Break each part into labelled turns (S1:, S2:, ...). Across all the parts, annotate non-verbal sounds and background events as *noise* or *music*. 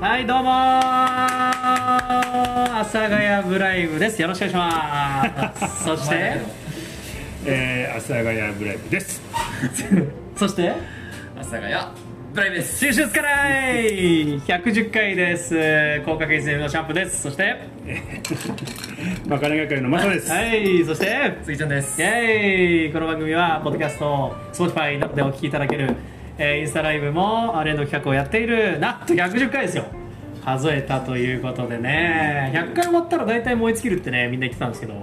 S1: はいどうもー阿佐ヶ谷ブライブですよろしくお願いしますそして
S2: えー、阿佐ヶ谷ブライブです。
S1: そして
S3: 阿佐ヶ谷ブライブです
S1: 収集つかない110回です高確率 M のシャンプーですそして
S2: まかない係のマサです。
S1: はいそして
S3: 杉ちゃんです
S1: イエーイこの番組はポッドキャスト Spotify などでお聞きいただける、えーインスタライブもあれの企画をやっているなんと110回ですよ数えたということでね100回終わったら大体燃え尽きるってねみんな言ってたんですけど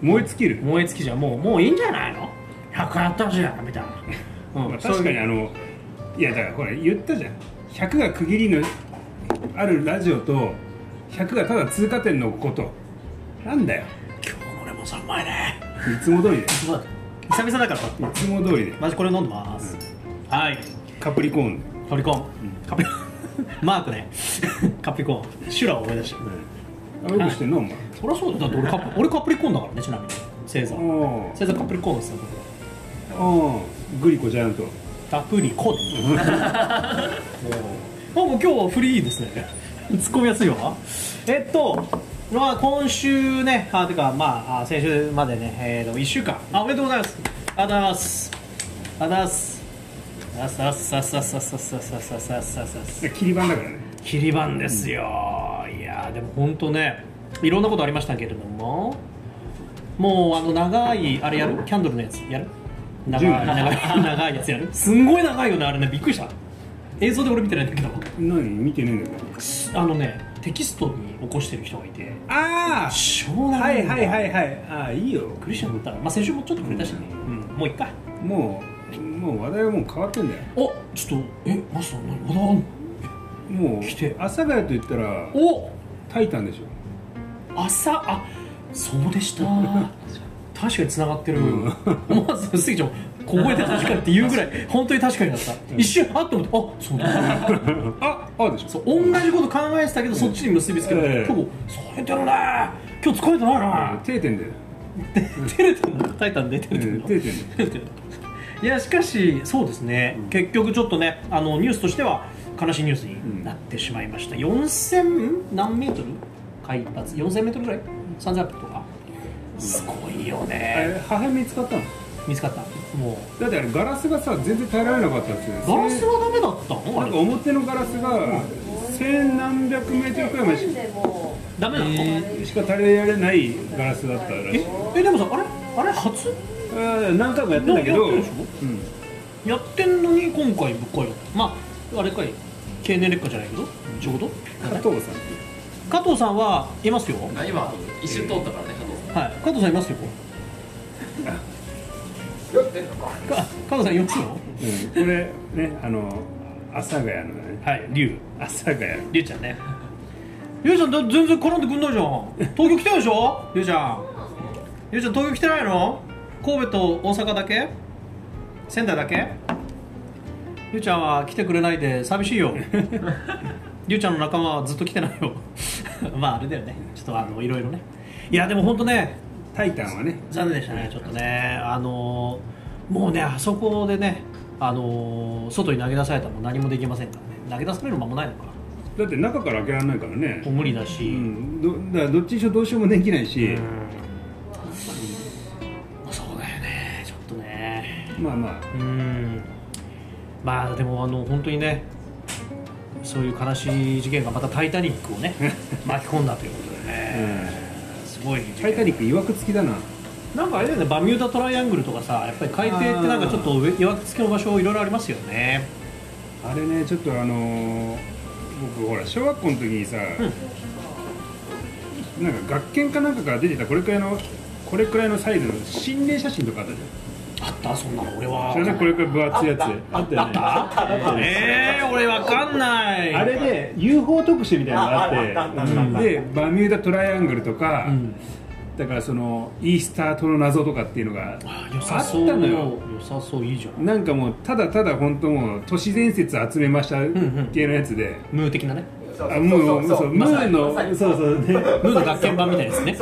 S2: 燃え尽きる。
S1: 燃え尽きじゃんもうもういいんじゃないの100回やったらしいやんみたいな、
S2: ま
S1: う
S2: あ、
S1: ん、そう
S2: 確かに
S1: いう
S2: あの、いやだからこれ言ったじゃん。100が区切りのあるラジオと、100がただ通過点のこと。なんだよ。
S1: 今日俺も3枚ね
S2: いつも通りで。い
S1: そうだ久々だからこれ
S2: つも通りで。
S1: マジこれ飲んでます、はい
S2: カプリコーンで。
S1: カプリコーン、カプリ *laughs* マークねカプリコーンシュラを思い出した
S2: あ、よくしてんのお前。
S1: そりゃそうだだって俺カプ俺カプリコーンだからねちなみに星座
S2: おー
S1: 星座カプリコーンですよ僕は
S2: おーグリコちゃんと。
S1: カプリコーンもうもう今日フリーですね突っ込みやすいわえっとまあ今週ねあてかまああ先週までね、えー、と1週間あおめでとうございますありがとうございますありがとうございますあさっさっさっさっさっさっさっさっさっさっさっさ
S2: *laughs* 切り板だからね。
S1: 切り番ですよいやーでも本当ねいろんなことありましたけれどももうあの長いあれやるキャンドルのやつやる長い
S2: 10
S1: 長い長いやつやるすんごい長いよねあれねびっくりした映像で俺見てないんだけど
S2: 何見てねえんだよ。
S1: あのねテキストに起こしてる人がいて
S2: ああ
S1: しょうがな
S2: はいいはいはい
S1: い
S2: はい。ああ、いいよ。
S1: クリスチャンも打ったらまあ先週もちょっと触れたしね、うんもういっか
S2: もう、もう話題はもう変わってんだよ。
S1: おちょっとえマスター何まだあんの
S2: もう
S1: 来て
S2: 阿佐ヶ谷と言ったら
S1: お
S2: タイタンでしょ
S1: 朝あそうでした確かに繋がってる、思わず杉ちゃんも小声で *laughs* 確かにって言うぐらい本当に確かになった、一瞬あっと思ってあそう *laughs* だ
S2: ああでしょ
S1: そう同じこと考えてたけど、そっちに結びつける、
S2: ええ
S1: 今日それてるね今日疲れてない
S2: あ
S1: な、
S2: 定点で、
S1: 照れてるのタイタンで照
S2: う
S1: れてる
S2: ん、
S1: の、
S2: 定点で
S1: *laughs* いやしかしそうですね、結局ちょっとねあのニュースとしては悲しいニュースになってしまいました、4000何メートル海抜4000メートルぐらい3000アップとかすごいよ
S2: あ
S1: ね
S2: れ破片見つかったの
S1: 見つかったも
S2: だってあれガラスがさ全然耐えられなかったっつよ
S1: うガラスはダメだったのあ
S2: なんか
S1: れ
S2: 表のガラスが千何百メートルくらいまで
S1: ダメなの、え
S2: しか耐えられないガラスだったらしい
S1: えでもさあれあれ初
S2: あー何回もやってんだけ
S1: や
S2: ど
S1: ってるでしやってんのに今回ぶっ壊れたまああれかい経年劣化じゃないけどそういうこと
S2: うん、加藤さんって
S1: 加藤さんはいますよはい
S3: あ今一瞬通ったからね加藤
S1: 加藤さんいますよか加藤さんいますよ
S2: いう、うん、これねあの阿佐ヶ谷のね
S1: はい龍
S2: 阿佐ヶ谷
S1: 龍ちゃんね龍ちゃんだ全然絡んでくんないじゃん東京来てるでしょ龍ちゃん龍ちゃん東京来てないの神戸と大阪だけ仙台だけ龍ちゃんは来てくれないで寂しい *laughs* よ龍ちゃんの仲間はずっと来てないよ *laughs* まああれだよねちょっとあのいろいろねいやでも本当ね
S2: タイタンはね
S1: 残念でしたね、ちょっとね、あのーもうね、あそこでね、あのー外に投げ出されたらもう何もできませんからね、投げ出される間もないのかな、
S2: だって中から開けられないからね
S1: もう無理だし、
S2: うん、どだからどっちにしろどうしようもできないし、
S1: そうだよね、ちょっとね、
S2: まあまあ
S1: うん、まあでも、あの本当にね、そういう悲しい事件がまた「タイタニック」をね、巻き込んだということでね、すごい
S2: 「
S1: 事
S2: タイタ
S1: 件。
S2: ニック」いわくつきだな
S1: なんかあれだよね、バミューダトライアングルとかさ、やっぱり海底ってなんかちょっと上いわくつきの場所、いろいろありますよね。
S2: あれねちょっとあのー僕ほら小学校の時にさ、なんか学研かなんかから出てたこれくらいのこれくらいのサイズの心霊写真とかあったじ
S1: あったそんなの俺は
S2: ゃん知らないこれくらい分厚いやつあったよね
S1: ええー、俺わかんない
S2: あれで UFO 特集みたいなのが
S4: ああったあ
S2: あ
S4: っ
S2: ったて
S4: あ
S2: うんでバミューダトライアングルとか、だからそのイースター島の謎とかっていうのが
S1: あ
S2: あ
S1: 良
S2: っ
S1: さ
S2: た
S1: そう
S2: のよ
S1: 良さそういいじゃん
S2: なんかもうただただ本当もう都市伝説集めました系のやつで、
S1: ムー的なね
S2: あもうそうムーンの、そうそうね
S1: ムーの学研版みたいですね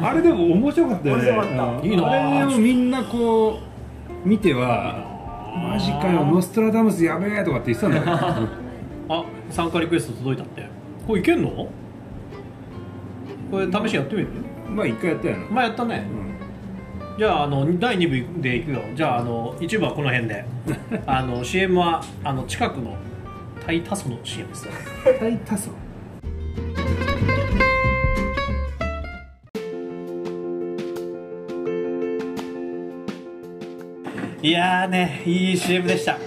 S2: あれでも面白かったよね
S4: 面白か
S1: ったいいな
S2: あれでもみんなこ *laughs* う見てはマジかよノストラダムスやべえとかって言ってたんだよ
S1: あ参加リクエスト届いたってこれいけんのこれ試しやってみる
S2: まあ一回やったやな、
S1: 前やったねじゃああの第2部でいくよじゃああの一部はこの辺で
S2: *laughs*
S1: あの CM はあの近くのタイタソの CM です
S2: うん、タイタソ
S1: いやーね、いい CM でした。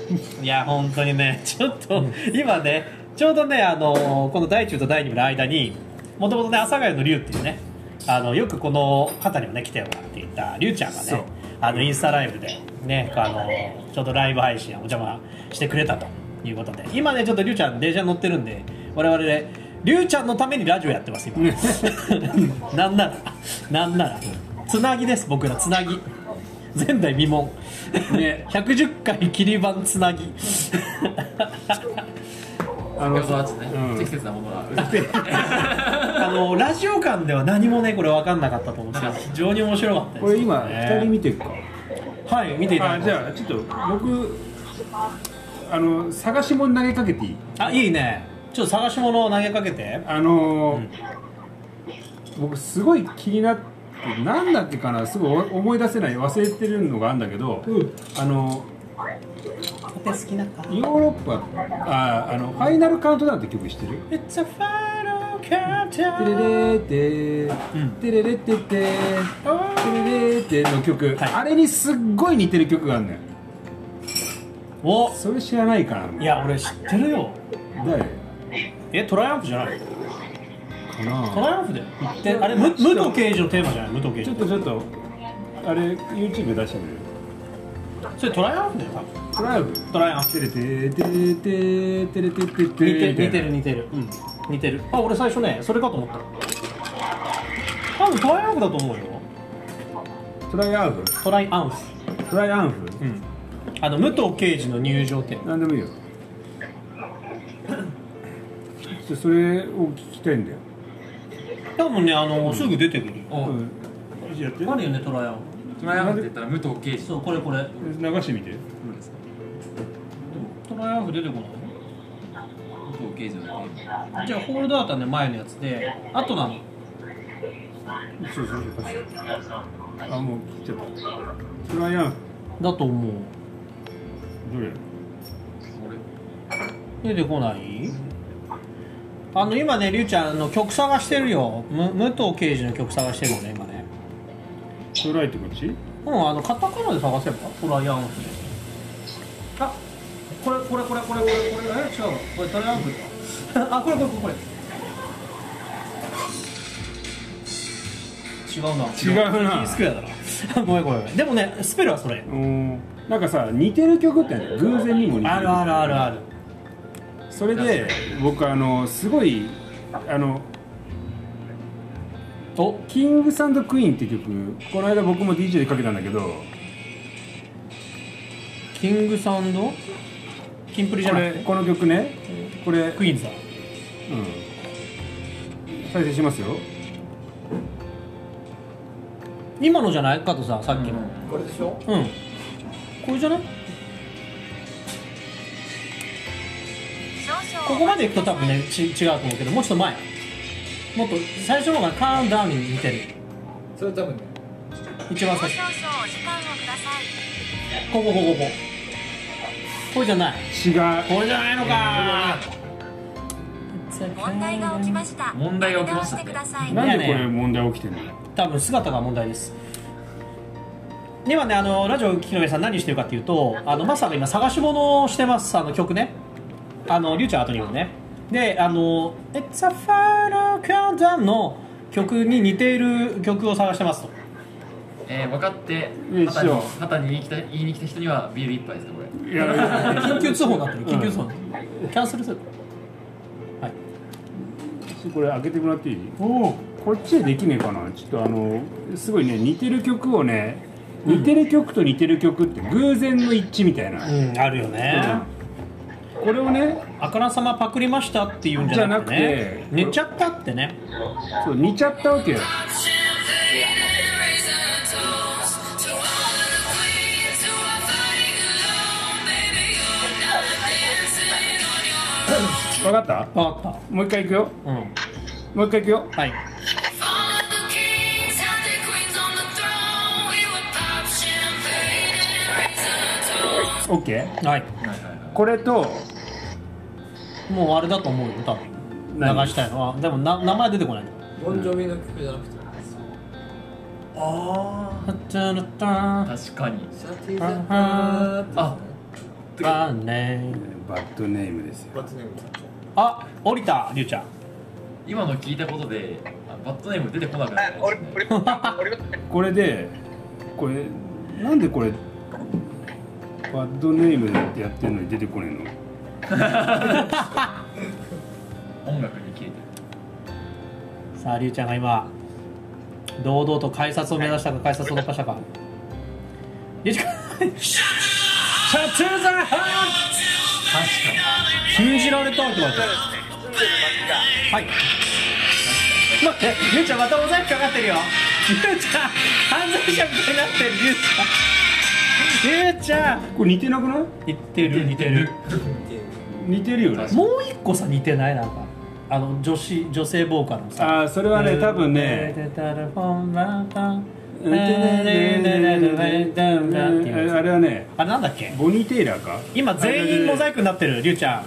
S1: いや、本当にね、ちょっと、今ね、ちょうどね、あの、この第中と第二部の間に、もともとね、阿佐ヶ谷の龍っていうね、あの、よくこの方にもね、来てもらっていた龍ちゃんが
S2: そ
S1: ね
S2: う、
S1: あの、インスタライブで、ね、あの、ちょうどライブ配信お邪魔してくれたということで、今ね、ちょっと龍ちゃん電車に乗ってるんで、我々で、龍ちゃんのためにラジオやってます、今。
S2: *laughs*
S1: なんなら、なんなら、つなぎです、僕ら、つなぎ。前代未聞。
S2: ね
S1: 110回切り板つなぎ
S2: あ
S3: 予想はちょっとね、
S2: うん
S3: 不適切なものが
S1: あのラジオ間では何もねこれ分かんなかったと思うんですけど非常に面白かったです
S2: これ今二人
S1: ね
S2: 見てるか、
S1: はい見ていただ
S2: あ
S1: い
S2: じ
S1: て
S2: ゃあちょっと僕あの探し物投げかけていい
S1: あいいねちょっと探し物を投げかけて
S2: あのー僕すごい気になって何だっけかなすごい思い出せない忘れてるのがあるんだけど、
S1: うん
S2: あの
S1: お手好きなか
S2: ヨーロッパああのファイナルカウントダウンって曲知ってる
S1: It's a final countdown
S2: テレレーテ
S1: うん
S2: ーテレレテテテレレテの曲、
S1: はい
S2: あれにすっごい似てる曲があるのよ
S1: お
S2: それ知らないかない
S1: や俺知ってるよ
S2: 誰
S1: えトライアンフじゃない
S2: か
S1: ト
S2: な
S1: ライアンフだよ言ってあれむ武藤刑事のテーマじゃない武藤刑
S2: ちょっ
S1: 事
S2: とちょっとあれ YouTube 出してみる
S1: それトライアンフだよ多分
S2: トライアル
S1: トライアンフ
S2: テレテテテテレテ
S1: 似てる
S2: テテ
S1: 似てる似てる、うん、似てるあ俺最初ねそれかと思った多分トライアンフだと思うよ
S2: トライアウフ
S1: トライアンフ
S2: トライアンフ、
S1: うんあの武藤刑事の入場点
S2: なんでもいいよちょそれを聞きたいんだよ、
S1: 多分ねあの、すぐ出てくる
S3: *laughs*
S2: う
S1: よ
S2: ん、やって
S1: あるよねトライアンフ
S3: トライアンフって言ったら武藤敬司
S1: そうこれこれでも
S2: 流してみて
S3: どうですか
S1: トライアンフ出てこない
S3: 武藤敬司のね
S1: じゃあホールドアウトはね前のやつであとなの
S2: そうそうそうあもう聞いちゃったトライアンフ
S1: だと思う
S2: どれ
S1: 出てこないあの今ねりゅうちゃんの曲探してるよむ武藤刑事の曲探してるよね今ね
S2: トライってこっち
S1: うん、あのカタカナで探せばトライアンフであこれこれこれこれこれこれえ違うわこれトライアンフだ *laughs* あこれこれこれこれ違うな
S2: 違うな
S1: キースクエアだな *laughs* ごめんごめんごめんでもねスペルはそれ
S2: うんなんかさ似てる曲ってある偶然にも似てる
S1: あるあるあるある
S2: それで僕あのすごいあの
S1: お
S2: キングサンドクイーンって曲この間僕も DJ でかけたんだけどこ
S1: キングサンドキンプリじゃなく
S2: れ
S1: て
S2: この曲ねこれ、うん、
S1: クイーンズだ
S2: 再生しますよ
S1: 今のじゃない加藤さんさっきの
S4: これでしょ
S1: うん、これじゃないここまでいくと多分ねち違うと思うけどもうちょっと前もっと最初の方がカーンダウンに似てる
S4: それ多分ね
S1: 一番
S5: もう
S1: 最
S5: 少
S1: 初
S5: 々お時間をください。
S1: こここここここれじゃない
S2: 違う
S1: これじゃないのか
S5: 問題が起きました。
S3: 問題が起きましたね
S5: 立て直してください。
S2: なん
S1: い
S2: で
S1: やね
S2: これ問題起きてんの
S1: 多分姿が問題です今ねあのラジオ木の上さん何してるかっていうとあのマスターが今探し物をしてますあの曲ねあのリュウちゃん後にもねであの「It's a Final Countdown」の曲に似ている曲を探してますと
S3: えー、分かって
S2: よい
S3: 旗
S2: し
S3: に
S2: ょ
S3: 旗に言いに来た言いに来た人にはビール一杯ですねこれ
S2: いやいや
S1: 緊急通報になってる緊急通報になってるキャンセルするはい
S2: これ開けてもらっていいこっちでできねえかなちょっとあのすごいね似てる曲をね似てる曲と似てる曲って偶然の一致みたいな、
S1: うんあるよね、
S2: これをね
S1: あからさまパクりましたって言うんじゃなくて,、
S2: じゃなくて
S1: 寝ちゃったってね
S2: そう似ちゃったわけよ分かった
S1: 分かっ
S2: もう一回いくよ
S1: たうん
S2: もう一回いくよ
S1: はい
S2: オッケー
S1: はい
S3: はいはいはい
S2: これと
S1: もうあれだと思うよ多分
S2: 何
S1: 流したいのはでもな名前出てこない
S4: ボンジョビの曲じゃなくてあ
S1: ハチャルタ
S3: 確かに
S4: あシャティザーって
S3: あ
S1: バーネー
S2: バッドネームですよ
S4: バツネームさん
S1: あ降りたりゅうちゃん
S3: 今の聞いたことであバッドネーム出てこなくなったかもしれない
S2: これでこれなんでこれバッドネームってやってるのに出てこねえの
S3: 音楽に切れて
S1: さありゅうちゃんが今堂々と改札を目指したか改札を突破したかりゅうちゃんシャツーザーハ
S3: る
S1: ー信じられたって言われたはい待ってりゅうちゃんまたモザイクかかってるよりゅうちゃん犯罪者みたいになってるりゅうちゃんりゅうちゃん
S2: これ似てなくない
S1: 似てる似てる
S2: 似てるよね
S3: 確
S1: もう一個さ似てないなんかあの女子女性ボーカルのさ
S2: ああそれはね多分ねあ
S1: あ
S2: れはね
S1: れなんだっけ
S2: ボニー・テイラーか
S1: 今全員モザ
S2: イ
S1: イクになってるりゅうちゃん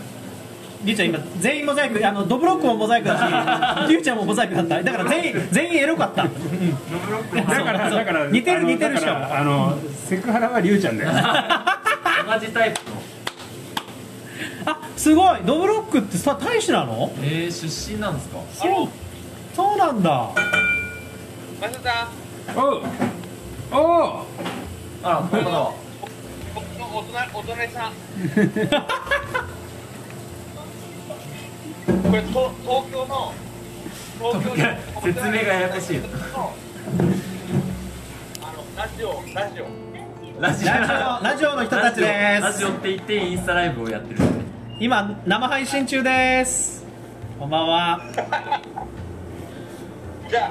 S1: りゅうちゃん今全員モザイクあのドブロックもモザイクだしりゅうちゃんもモザイクだっただから全員全員エロかった
S2: クだから
S1: そう
S2: だから
S1: 似てる
S2: あの
S1: 似てる
S2: だ
S1: し
S2: から
S1: かも
S2: あのセクハラはリュウちゃ
S1: *laughs*
S2: んだよ
S3: 同じタイプの
S1: あすごいドブロックってさ大使なの
S3: えー、出身なんですか
S1: そうそうなんだ
S6: マサさん、
S2: おうおう
S3: あら本当だわ
S6: 僕のお隣、お隣 *laughs* さん。これ、と、東京の。東京
S3: *laughs*
S6: の。
S3: 説明がややこしい
S6: あの、ラジオ、ラジオ。
S3: ラジオ
S1: ラジオラジオの人たちです
S3: ラジオって言ってインスタライブをやってる
S1: 今生配信中ですこんばんは
S6: じゃ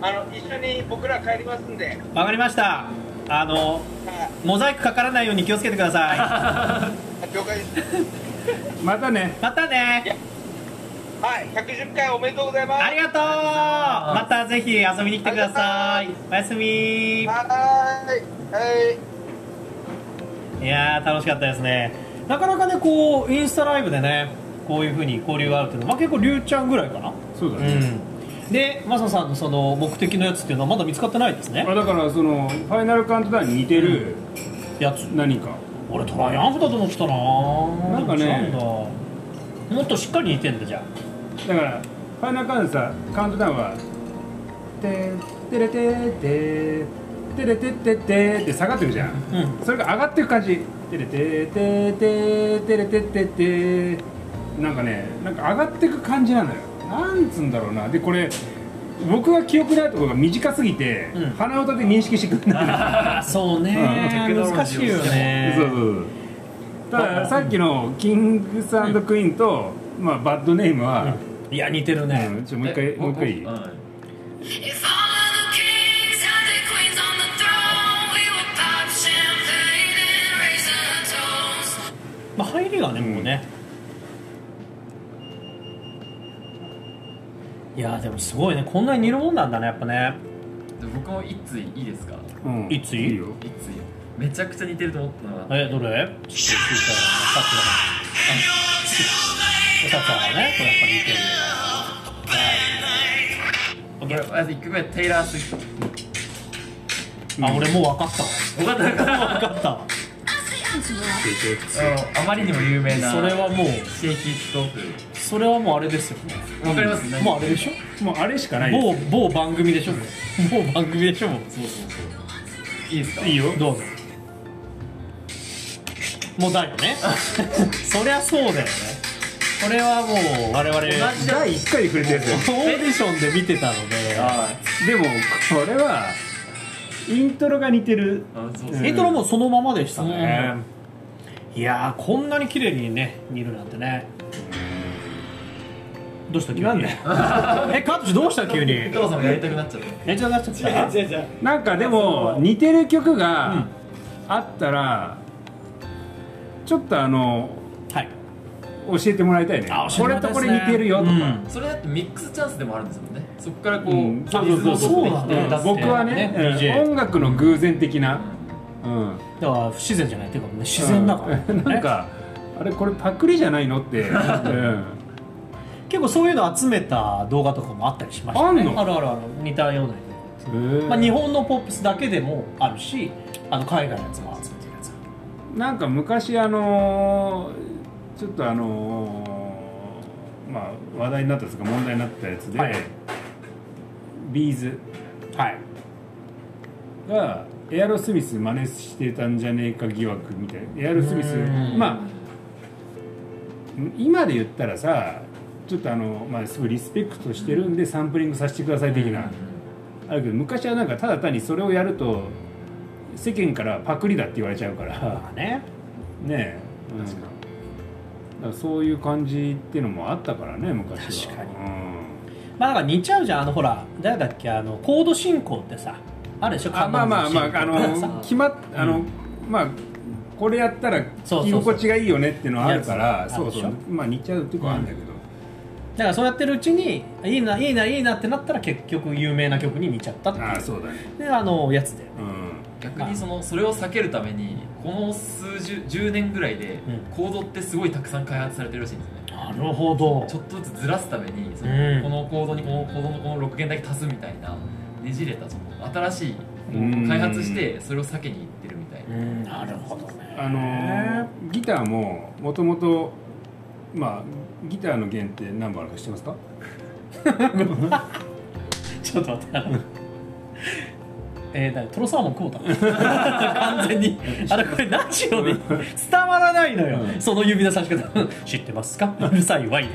S6: あ、あの、一緒に僕ら帰りますんで。
S1: わかりましたあの
S6: は
S1: モザイクかからないように気をつけてくださ
S6: い、了解です。
S2: またね
S1: いまたね
S6: はい、百十回おめでとうございます。
S1: ありがとうまたぜひ遊びに来てくださいおやすみい
S6: はーい。はい。
S1: やー楽しかったですねなかなかねこうインスタライブでねこういうふうに交流があるっていうのは、まあ、結構りゅうちゃんぐらいかな
S2: そうだ
S1: う
S2: ね、
S1: んでマサさんのその目的のやつっていうのはまだ見つかってないですね
S2: あだからそのファイナルカウントダウンに似てる
S1: やつ
S2: 何か
S1: 俺トライアンフだと思ってたな
S2: なんか
S1: 違う
S2: ね
S1: んだもっとしっかり似てんだじゃ
S2: だからファイナルカウントさカウントダウンは「ててれてててれててて」って下がってるじゃん、
S1: う
S2: それが上がっていく感じ「てれててててれててて」なんかねなんか上がっていく感じなのよなんつうんだろうなでこれ僕が記憶にあるところが短すぎて、
S1: うん
S2: 鼻歌で認識してくれない
S1: *laughs* あそうね
S3: うん
S1: 難しいよね
S2: そうそうそうたださっきのキングスクイーンと、まあ、バッドネームは、
S1: いや似てるね、
S2: うんちょもう一回もう一回いい、
S3: うん
S1: まあ、入りがね、
S2: うん
S1: もうねいやでもすごいねこんなに似るもんなんだねやっぱね
S3: で僕も一通いいですか
S2: うん
S1: いつ
S2: いいよ
S3: 一通めちゃくちゃ似てると思ったのは
S1: えどれちょっと聞いたらさっきのさっきのねこれやっぱ似てるよ
S3: これまず1曲目テイラー・スウィフ
S1: あ俺もう分かったわ
S3: ト分かった
S1: もう分かったわ
S3: あのあまりにも有名な
S1: それはもう
S3: シェイキー・ストーク
S1: それはもうあれですよね
S3: わかりますね
S1: もうあれでしょ
S2: もうあれしかないよ
S1: 某某番組でしょもう某番組でしょもう
S3: そうそうそういいですか
S2: いいよ
S1: どうぞもうだよね *laughs* そりゃそうだよねこれはもう我々オ
S3: 同じだ
S2: 第1回で触れてるやつよ
S1: ーディションで見てたので
S3: あ
S2: でもこれはイントロが似てる
S3: あそうそう、
S2: うん
S1: イントロもそのままでしたねいやーこんなに綺麗にね似るなんてねどうした急に
S2: なんだよ
S1: *laughs* えカッチどうした
S2: *laughs*
S1: 急にえ
S3: 工藤さんもやりたくなっちゃった
S1: ちょっとなっちゃった
S4: 違う違う
S2: なんかでも似てる曲があったらちょっとあの
S1: はい
S2: 教えてもらいたいね
S1: あ教えて
S2: これ
S1: もらいたいですね
S2: とこれ似てるよとか、
S1: うん
S3: それだってミックスチャンスでもあるんですもんねそこからこう、
S2: うん
S3: リズム
S1: そ
S3: を
S1: う
S3: 取
S1: そうそう
S3: ってきて出すって
S2: 僕はねうん
S1: DJ
S2: 音楽の偶然的な、うん
S1: だから不自然じゃないっていうかね自然だから、
S2: うん *laughs* なん
S1: ね
S2: かあれこれパクリじゃないの
S1: *laughs*
S2: って、うん、
S1: 結構そういうの集めた動画とかもあったりしました
S2: あんの
S1: あるあるある似たようなやつ、まあ、日本のポップスだけでもあるしあの海外のやつも集めてるやつ
S2: なんか昔あのーちょっとあのーまあ話題になったやつか問題になったやつで、
S1: はい
S2: ビーズ
S1: はい
S2: がエアロスミス真似してたんじゃねえか疑惑みたいなエアロスミス
S1: うん
S2: まあ今で言ったらさちょっとあの、まあ、すごいリスペクトしてるんでサンプリングさせてください的な、あるけど昔はなんかただ単にそれをやると世間からパクリだって言われちゃうから
S1: まあね
S2: ねえ、うん、だからそういう感じっていうのもあったからね昔は
S1: 確かに
S2: う
S1: まあなんか似ちゃうじゃんあのほら誰だっけあのコード進行ってさあるでしょ
S2: んあまあまあまああの決まっあの、まあこれやったら
S1: そうそうそう
S2: 着心地がいいよねっていうのはあるから
S1: やつあ
S2: そ
S1: る
S2: う
S1: でしょ
S2: そうまあ似ちゃうっていうかはあるんだけど、
S1: だからそうやってるうちにいいないいないいなってなったら結局有名な曲に似ちゃったっていう
S2: ああそうだね
S1: であのやつで
S2: う
S3: 逆にそのそれを避けるためにこの数十10年ぐらいで
S1: うん
S3: コードってすごいたくさん開発されてるらしいんですよね
S1: なるほど
S3: ちょっとずつずらすためにそ
S1: うん
S3: のこのコードにこのコードのこの6弦だけ足すみたいなねじれたその新しいコードを開発してそれを避けにいってるみたいな
S1: うんなるほどね
S2: んあのーギターももともとまあギターの弦って何番あるか知ってますか
S1: ちょっと待ってあのえー、だからトロサーモン食お
S2: *laughs*
S1: うた完全にあれこれラジオで伝わらないのよ、
S2: うん
S1: その指の差し方知ってますかうるさいわいね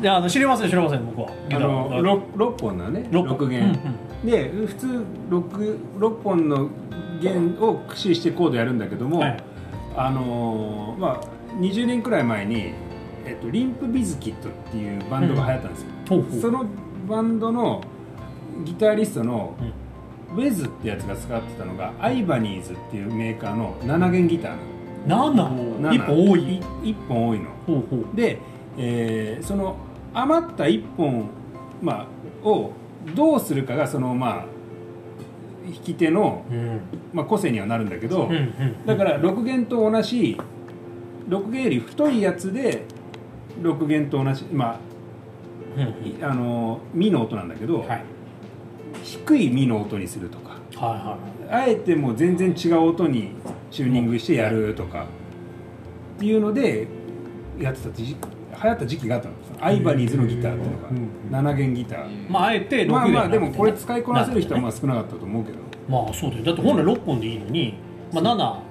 S1: いやあの知りません知りません僕は
S2: あの 6, 六本なね
S1: 六本
S2: 6弦、で普通 6, 六本の弦を駆使してコードやるんだけども、
S1: はい
S2: あのーまあ、20年くらい前に、えっと、リンプ・ビズキットっていうバンドが流行ったんですよ、
S1: ほうほう
S2: そのバンドのギタリストのウェズってやつが使ってたのがアイバニーズっていうメーカーの7弦ギターな
S1: な
S2: の
S1: んだ
S2: 7
S1: 一本多い
S2: い一本多いの
S1: ほうほう
S2: で、えーその余った1本、まあ、をどうするかがそのまあ引き手の、
S1: うん
S2: まあ、個性にはなるんだけど、
S1: うんうん
S2: だから6弦と同じ6弦より太いやつで6弦と同じまあいあのミの音なんだけど、
S1: はい
S2: 低いミの音にするとか
S1: はいはい
S2: あえてもう全然違う音にチューニングしてやるとかっていうのでやってた時期流行った時期があったんですアイバニーズのギターっていうのが、
S1: うん
S2: 7弦ギター、
S1: まああえて
S2: まあまあ
S1: 6
S2: で
S1: ではなくてね
S2: もこれ使いこなせる人はまあ少なかったと思うけど、
S1: まあそうだよだって本来6本でいいのに、まあ、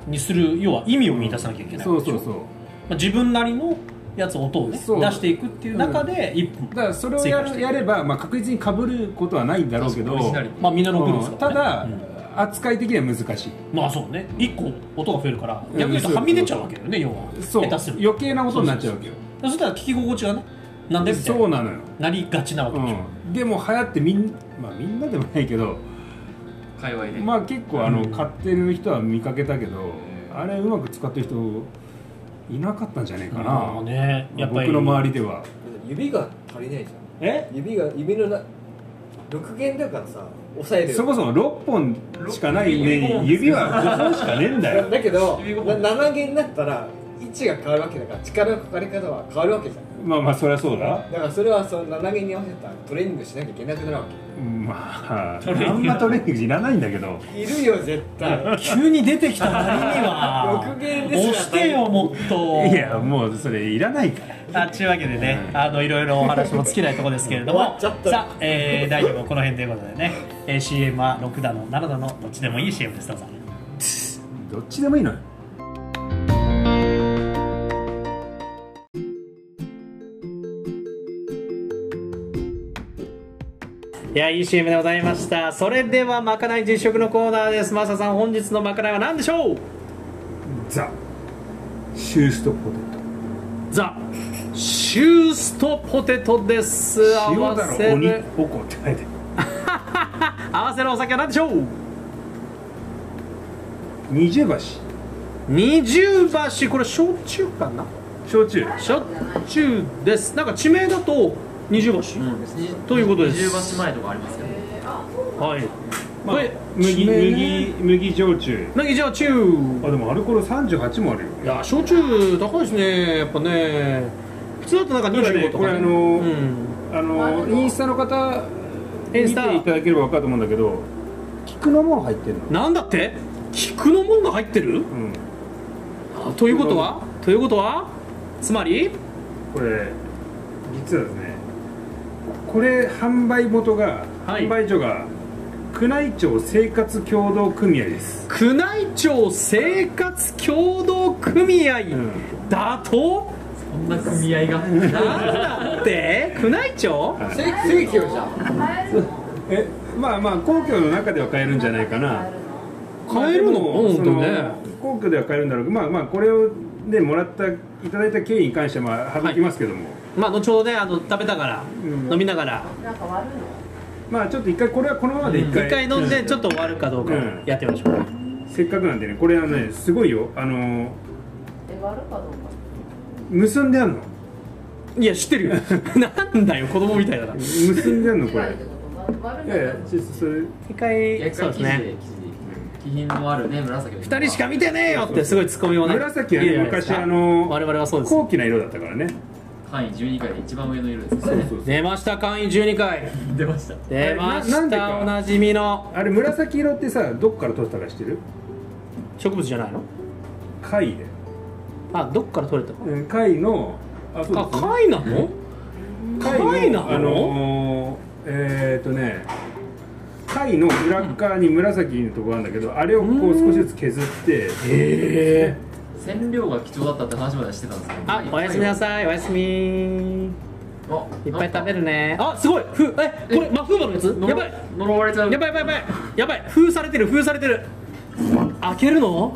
S1: 7にする要は意味を見出さなきゃいけない
S2: そ
S1: わ
S2: う
S1: けでし
S2: そ
S1: ょ
S2: うそう
S1: まあ、自分なりのやつ音をね出
S2: そう
S1: していくっていう中で1本、
S2: だからそれをやるやれば、まあ、確実にかぶることはないんだろうけど
S3: オリジナリティ
S1: まあみんな6です
S2: うん
S1: か
S2: た
S1: ら、
S2: だ
S1: ね、
S2: 扱い的には難しい
S1: うんまあそうね1個音が増えるから
S2: うん
S1: 逆に言うとはみ出ちゃうわけだよね要は
S2: そう
S1: 下手する
S2: 余計なことになっちゃうわけよ
S1: そしたら聞き心地がねなんでみたい
S2: そ
S1: な
S2: うなのよ、
S1: なりがちなわけでしょ、
S2: うん、でも流行ってみん,、まあ、みんなでもないけど
S3: 界隈で、
S2: まあ結構あの、
S1: うん
S2: 買ってる人は見かけたけど、
S3: ん
S2: あれうまく使ってる人いなかったんじゃねえかな、
S1: まあね
S2: まあ
S1: やっぱり
S2: 僕の周りでは
S4: 指が足りないじゃ
S2: え
S4: ん指が指のな6弦だからさ押さえる
S2: そもそも6本しかないね
S3: 六
S2: 指は5本しかねえんだ
S4: *laughs* だ
S2: よ
S4: だけど
S3: 指五
S4: な
S3: 本
S4: 7弦になったら位置が変わるわけだから力のかかり方は変わるわけじゃん
S2: まあまあそりゃそうだ
S4: だからそれはその7弦に合わせたトレーニングしなきゃいけなくなるわ
S2: まあ
S3: トレーニング
S2: あんまトレーニングいらないんだけど
S4: けいるよ絶 *laughs* 対
S1: 急に出てきた割には
S2: *laughs*
S4: 六弦ですよ
S1: 押してよもっと
S2: いやもうそれいらないから
S1: あちゅうわけでね、あのいろいろお話も尽きないところですけれど
S4: 終わ
S1: も、
S4: っちゃ
S1: さ
S4: った
S1: あ、えー、第4部この辺ということでね、えー、CM は6だの7だのどっちでもいい CM ですどうぞ。
S2: どっちでもいいのよ
S1: いやいい CM でございました。それではまかない実食のコーナーです。マサさん本日のまかないは何でしょう？
S2: ザシューストポテ
S1: ザシューストポテトです。
S2: ト
S1: 合
S2: 塩
S1: わ
S2: だ
S1: せ
S2: ろ鬼
S1: る
S2: おこって書いてある
S1: 合わせるお酒は何でしょう？
S2: 二重橋
S1: 二重橋これ焼酎かな？
S2: 焼酎
S1: 車中ですなんか地名だと二重橋、ということです
S3: 十橋前とかありますよね
S1: はい、
S2: ま
S1: こ
S2: あ
S1: れ
S2: 麦
S1: 地名ね
S2: 麦麦焼酎
S1: なぎじゃあ中
S2: あでもアルコール38もあるよ
S1: いや焼酎高いですねやっぱね普通だとなんか
S2: ただね
S1: 25と
S2: これ
S1: か、
S2: あ
S1: ね、
S2: の
S1: うん
S2: あのインスタの
S1: イ
S2: 方
S1: ン
S2: 見てい
S1: スタ
S2: ただければ分かると思うんだけど菊のもん入ってるの
S1: なんだって菊のもんが入ってる
S2: うん
S1: あということはということはつまり
S2: これ実はですねこれ販売元が、
S1: はい
S2: 販売所が宮内庁生活協同組合です
S1: 宮内庁生活協同組合
S2: ん
S1: だと、
S3: こんな組合が
S1: なんだって宮内庁
S2: はい
S4: 正規をじゃん
S2: えまあまあ皇居の中では買えるんじゃないかな
S1: 買えるの
S2: まあで
S1: 本当
S2: も
S1: ね
S2: その皇居では買えるんだろうけどまあまあこれをねもらったいただいた経緯に関してはまあ省きますけども、
S1: まあ後ほどねあの食べたから、
S2: ん
S1: 飲みながら
S2: まあちょっと一回これはこのままで一回,、
S1: 一回飲んでちょっと終わるかどうかを
S2: うん
S1: やってみましょうか、
S2: せっかくなんでねこれはねすごいよあのー結んであんの
S1: いや知ってるよ *laughs* なんだよ子供みたいだな
S2: 結んであんのこれいやいやちょっとそれ
S1: 一回
S3: 一
S1: そうです
S3: 回記事で
S1: ね
S3: 記事で気品のあるね紫の
S1: 二人しか見てねえよってすごいツッコミをね
S2: 紫はね
S1: 入れるじゃないです
S2: 昔
S1: か
S2: あの
S1: 我々はそうです
S2: 高貴な色だったからね
S3: 範囲12回で一番上の色ですね
S2: そう
S1: 出ました会員12回
S3: 出ました
S1: *laughs* 出ま
S2: なな
S1: し
S2: んで
S1: た
S2: か
S1: おなじみの
S2: あれ紫色ってさどっから取ったか知ってる
S1: 植物じゃないの
S2: 貝で
S1: あどっから取れた
S2: うん貝のあそ
S1: あ貝なの貝なの
S2: あのー、えー、っとね貝の裏側に紫のところあるんだけど、あれをこう少しずつ削って
S1: ええ
S3: 染料が貴重だったって話までしてたんですけど
S1: あおやすみなさいおやすみ
S3: あ
S1: いっぱい食べ
S3: る
S1: るねあすごいふえこれマフーバのやつやばい
S3: 呪われちゃう
S1: やばいやばいやばいやばい封されてる封されてる開けるの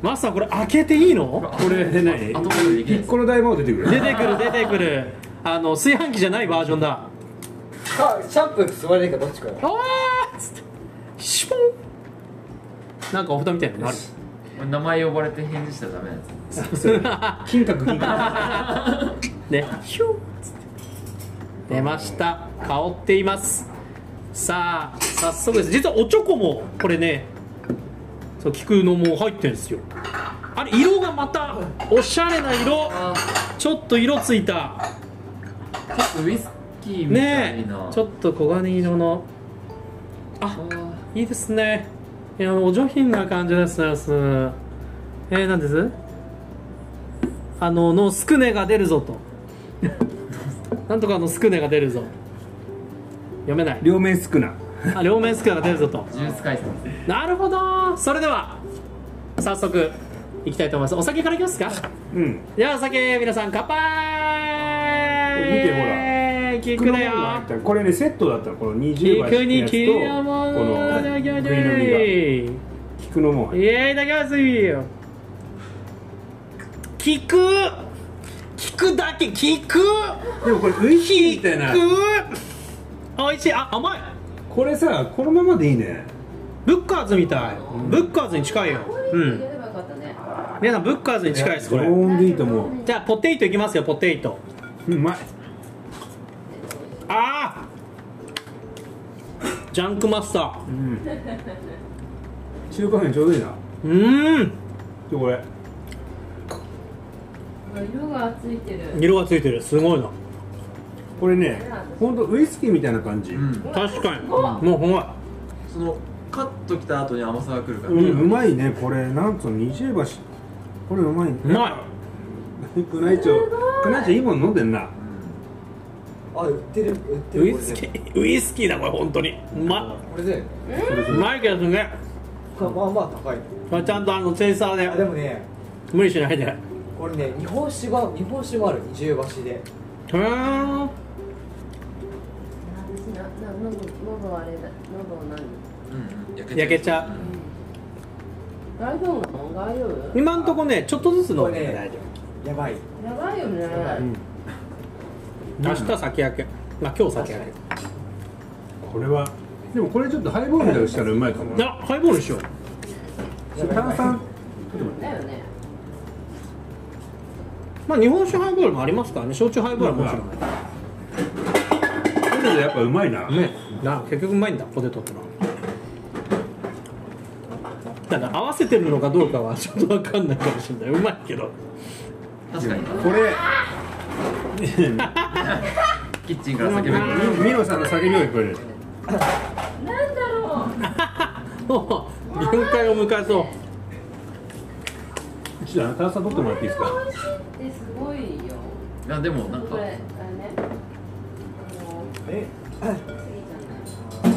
S1: マスターこれ開けていいの
S2: これでね
S3: 後戻りできないです
S2: この大魔王出てくる
S1: 出てくる出てくるあの炊飯器じゃないバージョンだ
S4: かシャンプー吸われるかどっちかだ
S1: あーっつってシュポンなんかお蓋みたいなのある
S3: これ名前呼ばれて返事したらダメなんですよ
S1: *laughs*
S2: 金閣銀閣
S1: ね、ヒューっつって出ました香っていますさあ早速です実はおチョコもこれねそう菊のも入ってるんですよあれ色がまたおしゃれな色
S3: あ
S1: ちょっと色ついた
S3: ーちょっとウイスキーみた
S1: ね
S3: いな
S1: えちょっと黄金色の
S3: あー
S1: いいですねいやお上品な感じですですえー、なんですあののすくねが出る
S2: *laughs*
S1: ぞとなんとかのすくねが出るぞ読めない
S2: 両面少な
S1: あ両面スクが出るぞと
S3: ジュース解散です
S1: なるほどそれでは早速いきたいと思いますお酒からいきますか
S2: うん
S1: ではお酒皆さん乾杯
S2: 見てほ
S1: キ
S2: 菊の
S1: だ
S2: 紋
S1: よ
S2: が入ったこれねセットだったのこの20倍
S1: 菊
S2: の
S1: に
S2: やつと
S1: 黄
S2: こ
S1: 色も
S2: の
S1: の
S2: グリ
S1: 行
S2: ーンの実
S1: で
S2: が菊の紋入っ
S1: いやいただきますよ菊菊だけ菊
S2: たでもこれウイスキーみたいな
S1: 菊おいしいあ甘い
S2: これさこのままでいいね
S1: ブッカーズみたいブッカーズに近いようん皆さんブッカーズに近いですこれ
S2: 常温でいいと思う
S1: じゃあポテイトいきますよポテイト
S2: うまい
S1: あージャンクマスター
S2: 中華麺ちょうどいいな
S1: うーん
S2: でこれ
S7: 色がついてる。
S1: 色がついてるすごいな
S2: これねほんとウイスキーみたいな感じ、
S3: うん
S1: 確かにもうほんま
S3: そのカッときた後に甘さが来るから、
S2: うんうまいねこれなんと二重橋これうまいね
S1: うま
S2: 宮内庁宮内庁いいもん飲んでんな
S4: あ売ってる売っ
S1: い
S4: てる
S1: ウイスキーウイスキーだこれ本当にうま
S4: これだよね
S1: いうまいけどね
S4: これまあまあ高いね
S1: まあちゃんとあのチェイサー
S4: あで
S1: で
S4: もね
S1: 無理しないでへ
S4: これね日本酒が日本酒もある二重橋で
S1: ー
S7: 私なな喉喉あれだ喉何？
S3: うんうん焼
S1: 焼けちゃう
S7: 大丈夫なの？大丈夫？
S1: 今んとこねちょっとずつ飲んで
S4: これねやばい
S7: やばいよね。
S1: 明日先明けまあ今日先明け
S2: これはでもこれちょっとハイボールみたいにしたらうまいかも
S1: じゃあハイボールしよう
S2: 炭酸
S7: だよね。
S1: まあ日本酒ハイボールもありますからね焼酎ハイボールはもちろんね
S2: ポテトやっぱうまいな、
S1: な結局うまいんだポテトってのはただ合わせてるのかどうかはちょっと分かんないかもしれないうまいけど *laughs*
S3: 確かに
S2: こ *laughs* れ
S3: キッチンから叫ぶ
S2: みミノさんの叫び声これ
S1: もう限界を迎えそう
S2: ちょっと炭酸取ってもらっていいですか
S7: 美味しいってすごいよ。
S3: いやでもなんか
S7: これ、あれね。あの
S2: え
S7: 次じゃない。
S3: い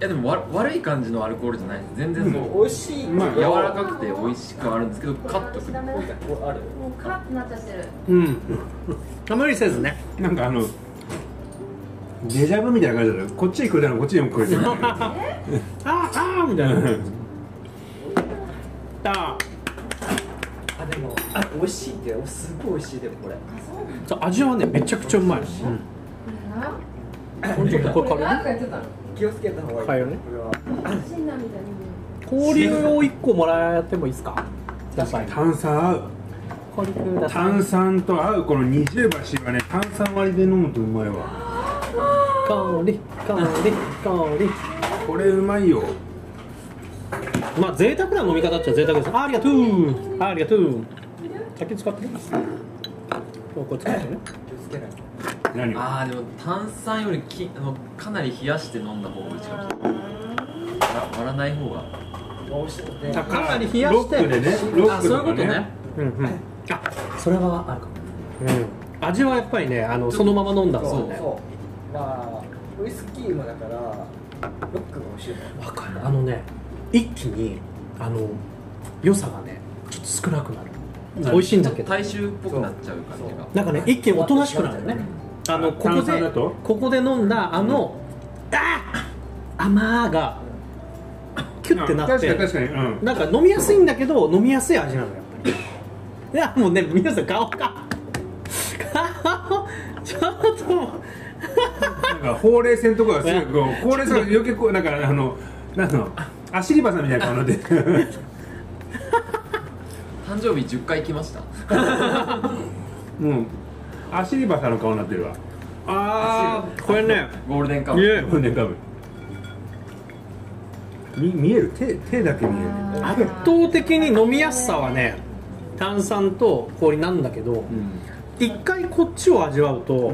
S3: やでもわ悪い感じのアルコールじゃないです全然そう、
S4: 美味しい
S2: まあ
S3: 柔らかくて美味しくはあるんですけどカッとくる
S7: ダメだも
S4: こうある
S7: うカッてなっちゃってる。
S1: うん無理せずね
S2: なんかあのデジャブみたいな感じだよこっちに来るならこっちにも来るな
S1: あーあーみたい
S2: *laughs*
S1: なあ
S4: あでもあ美味しいってすごい美味しいでもこれ
S7: あ、そうなの。
S1: そう味はねめちゃくちゃうまい、う
S7: これな。
S1: ん、ちょっとこれ
S7: こ
S1: 軽
S7: れ
S1: い
S7: 何回やってたの。
S4: 気をつけた方がいい
S1: 買えるね
S4: これは
S7: 死んだみたいに。
S1: 氷を一個もらってもいいですかください
S2: 炭酸合う
S1: 氷ください
S2: 炭酸と合うこの二重橋はね炭酸割りで飲むとうまいわ
S1: 氷氷氷
S2: これうまいよ
S1: まあ贅沢な飲み方っちゃ贅沢ですありがとうありがとう先使ってるそうこれ使ってね
S4: 気をつけない
S2: 何を
S3: あーでも炭酸よりきあのかなり冷やして飲んだ方が美味しいかもしれない割ら割らない方が
S4: 美味しいもんね
S1: あかなり冷やして
S2: ロックでねロッ
S3: あ
S2: ク
S3: そう
S2: とか
S3: いうことね
S1: うんうんあそれはあるかも、うん、味はやっぱりねあのそのまま飲んだ
S4: そう
S1: の
S4: そう
S1: ね
S4: まあウイスキーもだからロックが美味しいもんね
S1: わかるあのね一気にあの良さがねちょっと少なくなる美味しいんだけど
S3: 大衆っぽくなっちゃう感じが
S1: なんかね一気におとなしくなるよねあのここ
S2: 炭酸
S1: で
S2: だと
S1: ここで飲んだあの、あー甘ーがキュッてなって
S2: 確かに確かにうん
S1: なんか飲みやすいんだけど飲みやすい味なのよやっぱりいやもうね皆さん顔が顔ちょっと
S2: なんかほうれい線とかがすごいこうほうれい線が余計こうなんかあのなんのアシリバさんみたいな顔になって
S1: *laughs*
S3: 誕生日10回来ました
S2: もうアシリバさんの顔になってるわ
S1: あーこれね
S3: ゴールデンカ
S1: い
S3: ム
S1: え
S2: ね多分み見える手手だけ見える
S1: 圧倒的に飲みやすさはね炭酸と氷なんだけど、一回こっちを味わうと、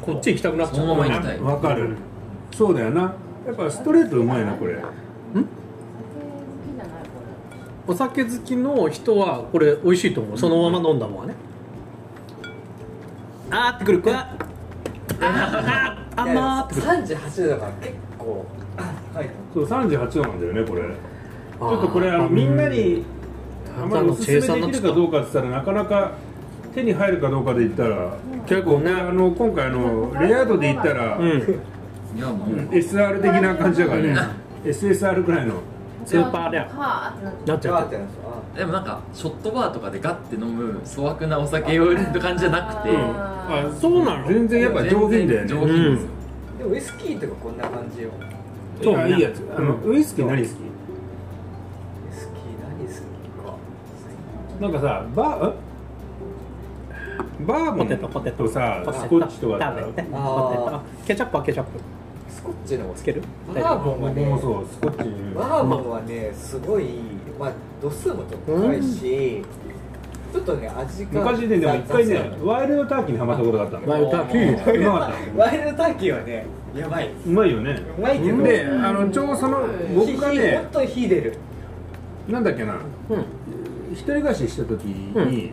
S1: こっち行きたくなっちゃ
S3: そうのまま行きたい
S2: わかるそうだよなやっぱストレートうまいなこれ
S7: 好きじゃないこ
S1: お
S7: れ。
S1: 酒好きの人はこれ美味しいと思うそのまま飲んだもんはね、あーってくるかあーあー甘ーってくる
S4: 38度だから結構はい
S2: そう38度なんだよねこれち
S1: あー
S2: ょっとこれあのみんなにあんまりおすすめで
S1: 炭酸の
S2: き
S1: チェイサーになっち
S2: る
S1: ゃ
S2: か
S1: った
S2: どうかって言ったらなかなか手に入るかどうかで言ったら
S1: 結構ね
S2: あの今回あのレイアウトで言ったら、
S1: うん
S3: いやもう、
S2: SR 的な感じだからね SSR くらいの
S1: スーパーレア
S7: はあってなっちゃ
S1: なっち
S4: じゃ
S1: ゃ
S4: あ
S1: う
S4: ってな
S3: でもなんかショットバーとかでガッて飲む粗悪なお酒をって感じじゃなくて、
S2: うんあ
S1: そうなの
S2: 全然やっぱ上品だよね
S3: 全然上品ですよ、
S4: でもウイスキーとかこんな感じよウイ
S1: そう
S2: あいいやつあのウイスキー何好
S4: スキー何好きか
S2: きなんかさバーえバーボ
S1: ポテトポテ
S2: ン
S1: ト
S2: とさ
S1: ポテト
S2: スコッチとかさ
S1: 食べて
S4: あー
S1: ポテトケチャップはケチャップ
S4: スコッチの方が好
S1: つ
S4: き
S1: ける
S4: バーボンは
S2: 僕
S4: ね
S2: もそうスコッチに
S4: バーボンはねすごいまあ度数も高いし、ちょっとね味が
S2: 昔ねでも一回
S4: 雑
S2: ね
S4: な
S2: ワイルドターキーにハマったことがあったの
S1: ワイルドターキー
S2: うまかった
S4: ワイルドターキーはねやばいう
S2: まいよね
S4: うまいけど
S2: であのちょうどその僕が
S4: ひひ
S2: ね
S4: 本当に火出る
S2: なんだっけな
S1: うん
S2: 一人暮らしした時に、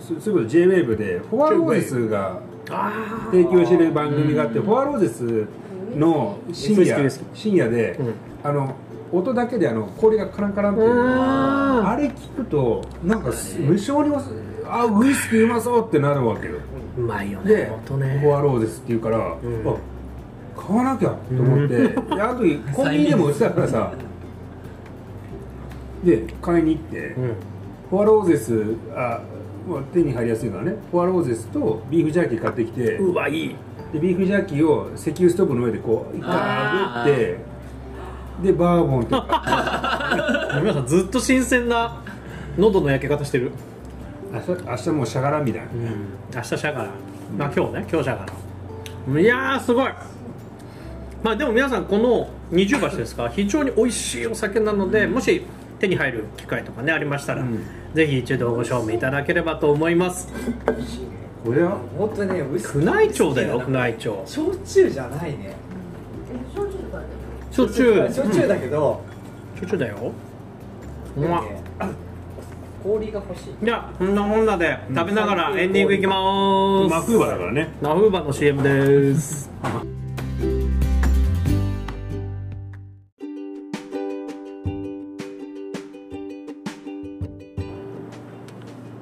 S2: そそれこそ JWAVE でフォアローゼスが
S1: あ
S2: 提供してる番組があってフォアローゼスの深
S1: ウイスキーウイ
S2: 夜
S1: スキー
S2: 深夜で、
S1: うん
S2: あの音だけであの氷がカランカランっていう
S1: う
S2: の
S1: ん
S2: あれ聞くとなんかす無性におすあウイスキーうまそうってなるわけよ
S1: ーうまいよね
S2: で
S1: ほん
S2: フ
S1: とね
S2: ォアローゼスっていうから、
S1: ん
S2: あ買わなきゃと思って、であの時コンビニでも売ってたからさで買いに行って、
S1: うん
S2: フォアローゼスあまあ手に入りやすいからねフォアローゼスとビーフジャーキー買ってきて
S1: うわいい
S2: でビーフジャーキーを石油ストーブの上でこう一回炙ってでバーボンとか *laughs*
S1: 皆さんずっと新鮮な喉の焼け方してる
S2: あ明日明日もうしゃがらみだよ
S1: うん、明日社から、まあ今日ね今日社からいやーすごいまあでも皆さんこの二重橋 *laughs* ですか非常に美味しいお酒なので、もし手に入る機会とかねありましたら、
S2: ん
S1: ぜひ一度ご賞味いただければと思います
S4: 美味しいね
S2: これは
S4: 本当にねウイスキー
S1: 宮内庁だよ宮内庁
S4: 焼酎じゃないね
S7: 焼酎からでも
S1: 焼酎うん
S4: 焼酎だけど、
S1: 焼酎だようまっ
S4: ね氷が欲しい
S1: じゃあこんなこんなで食べながらエンディングいきまーす
S2: マフーバだからね
S1: ナフーバの CM です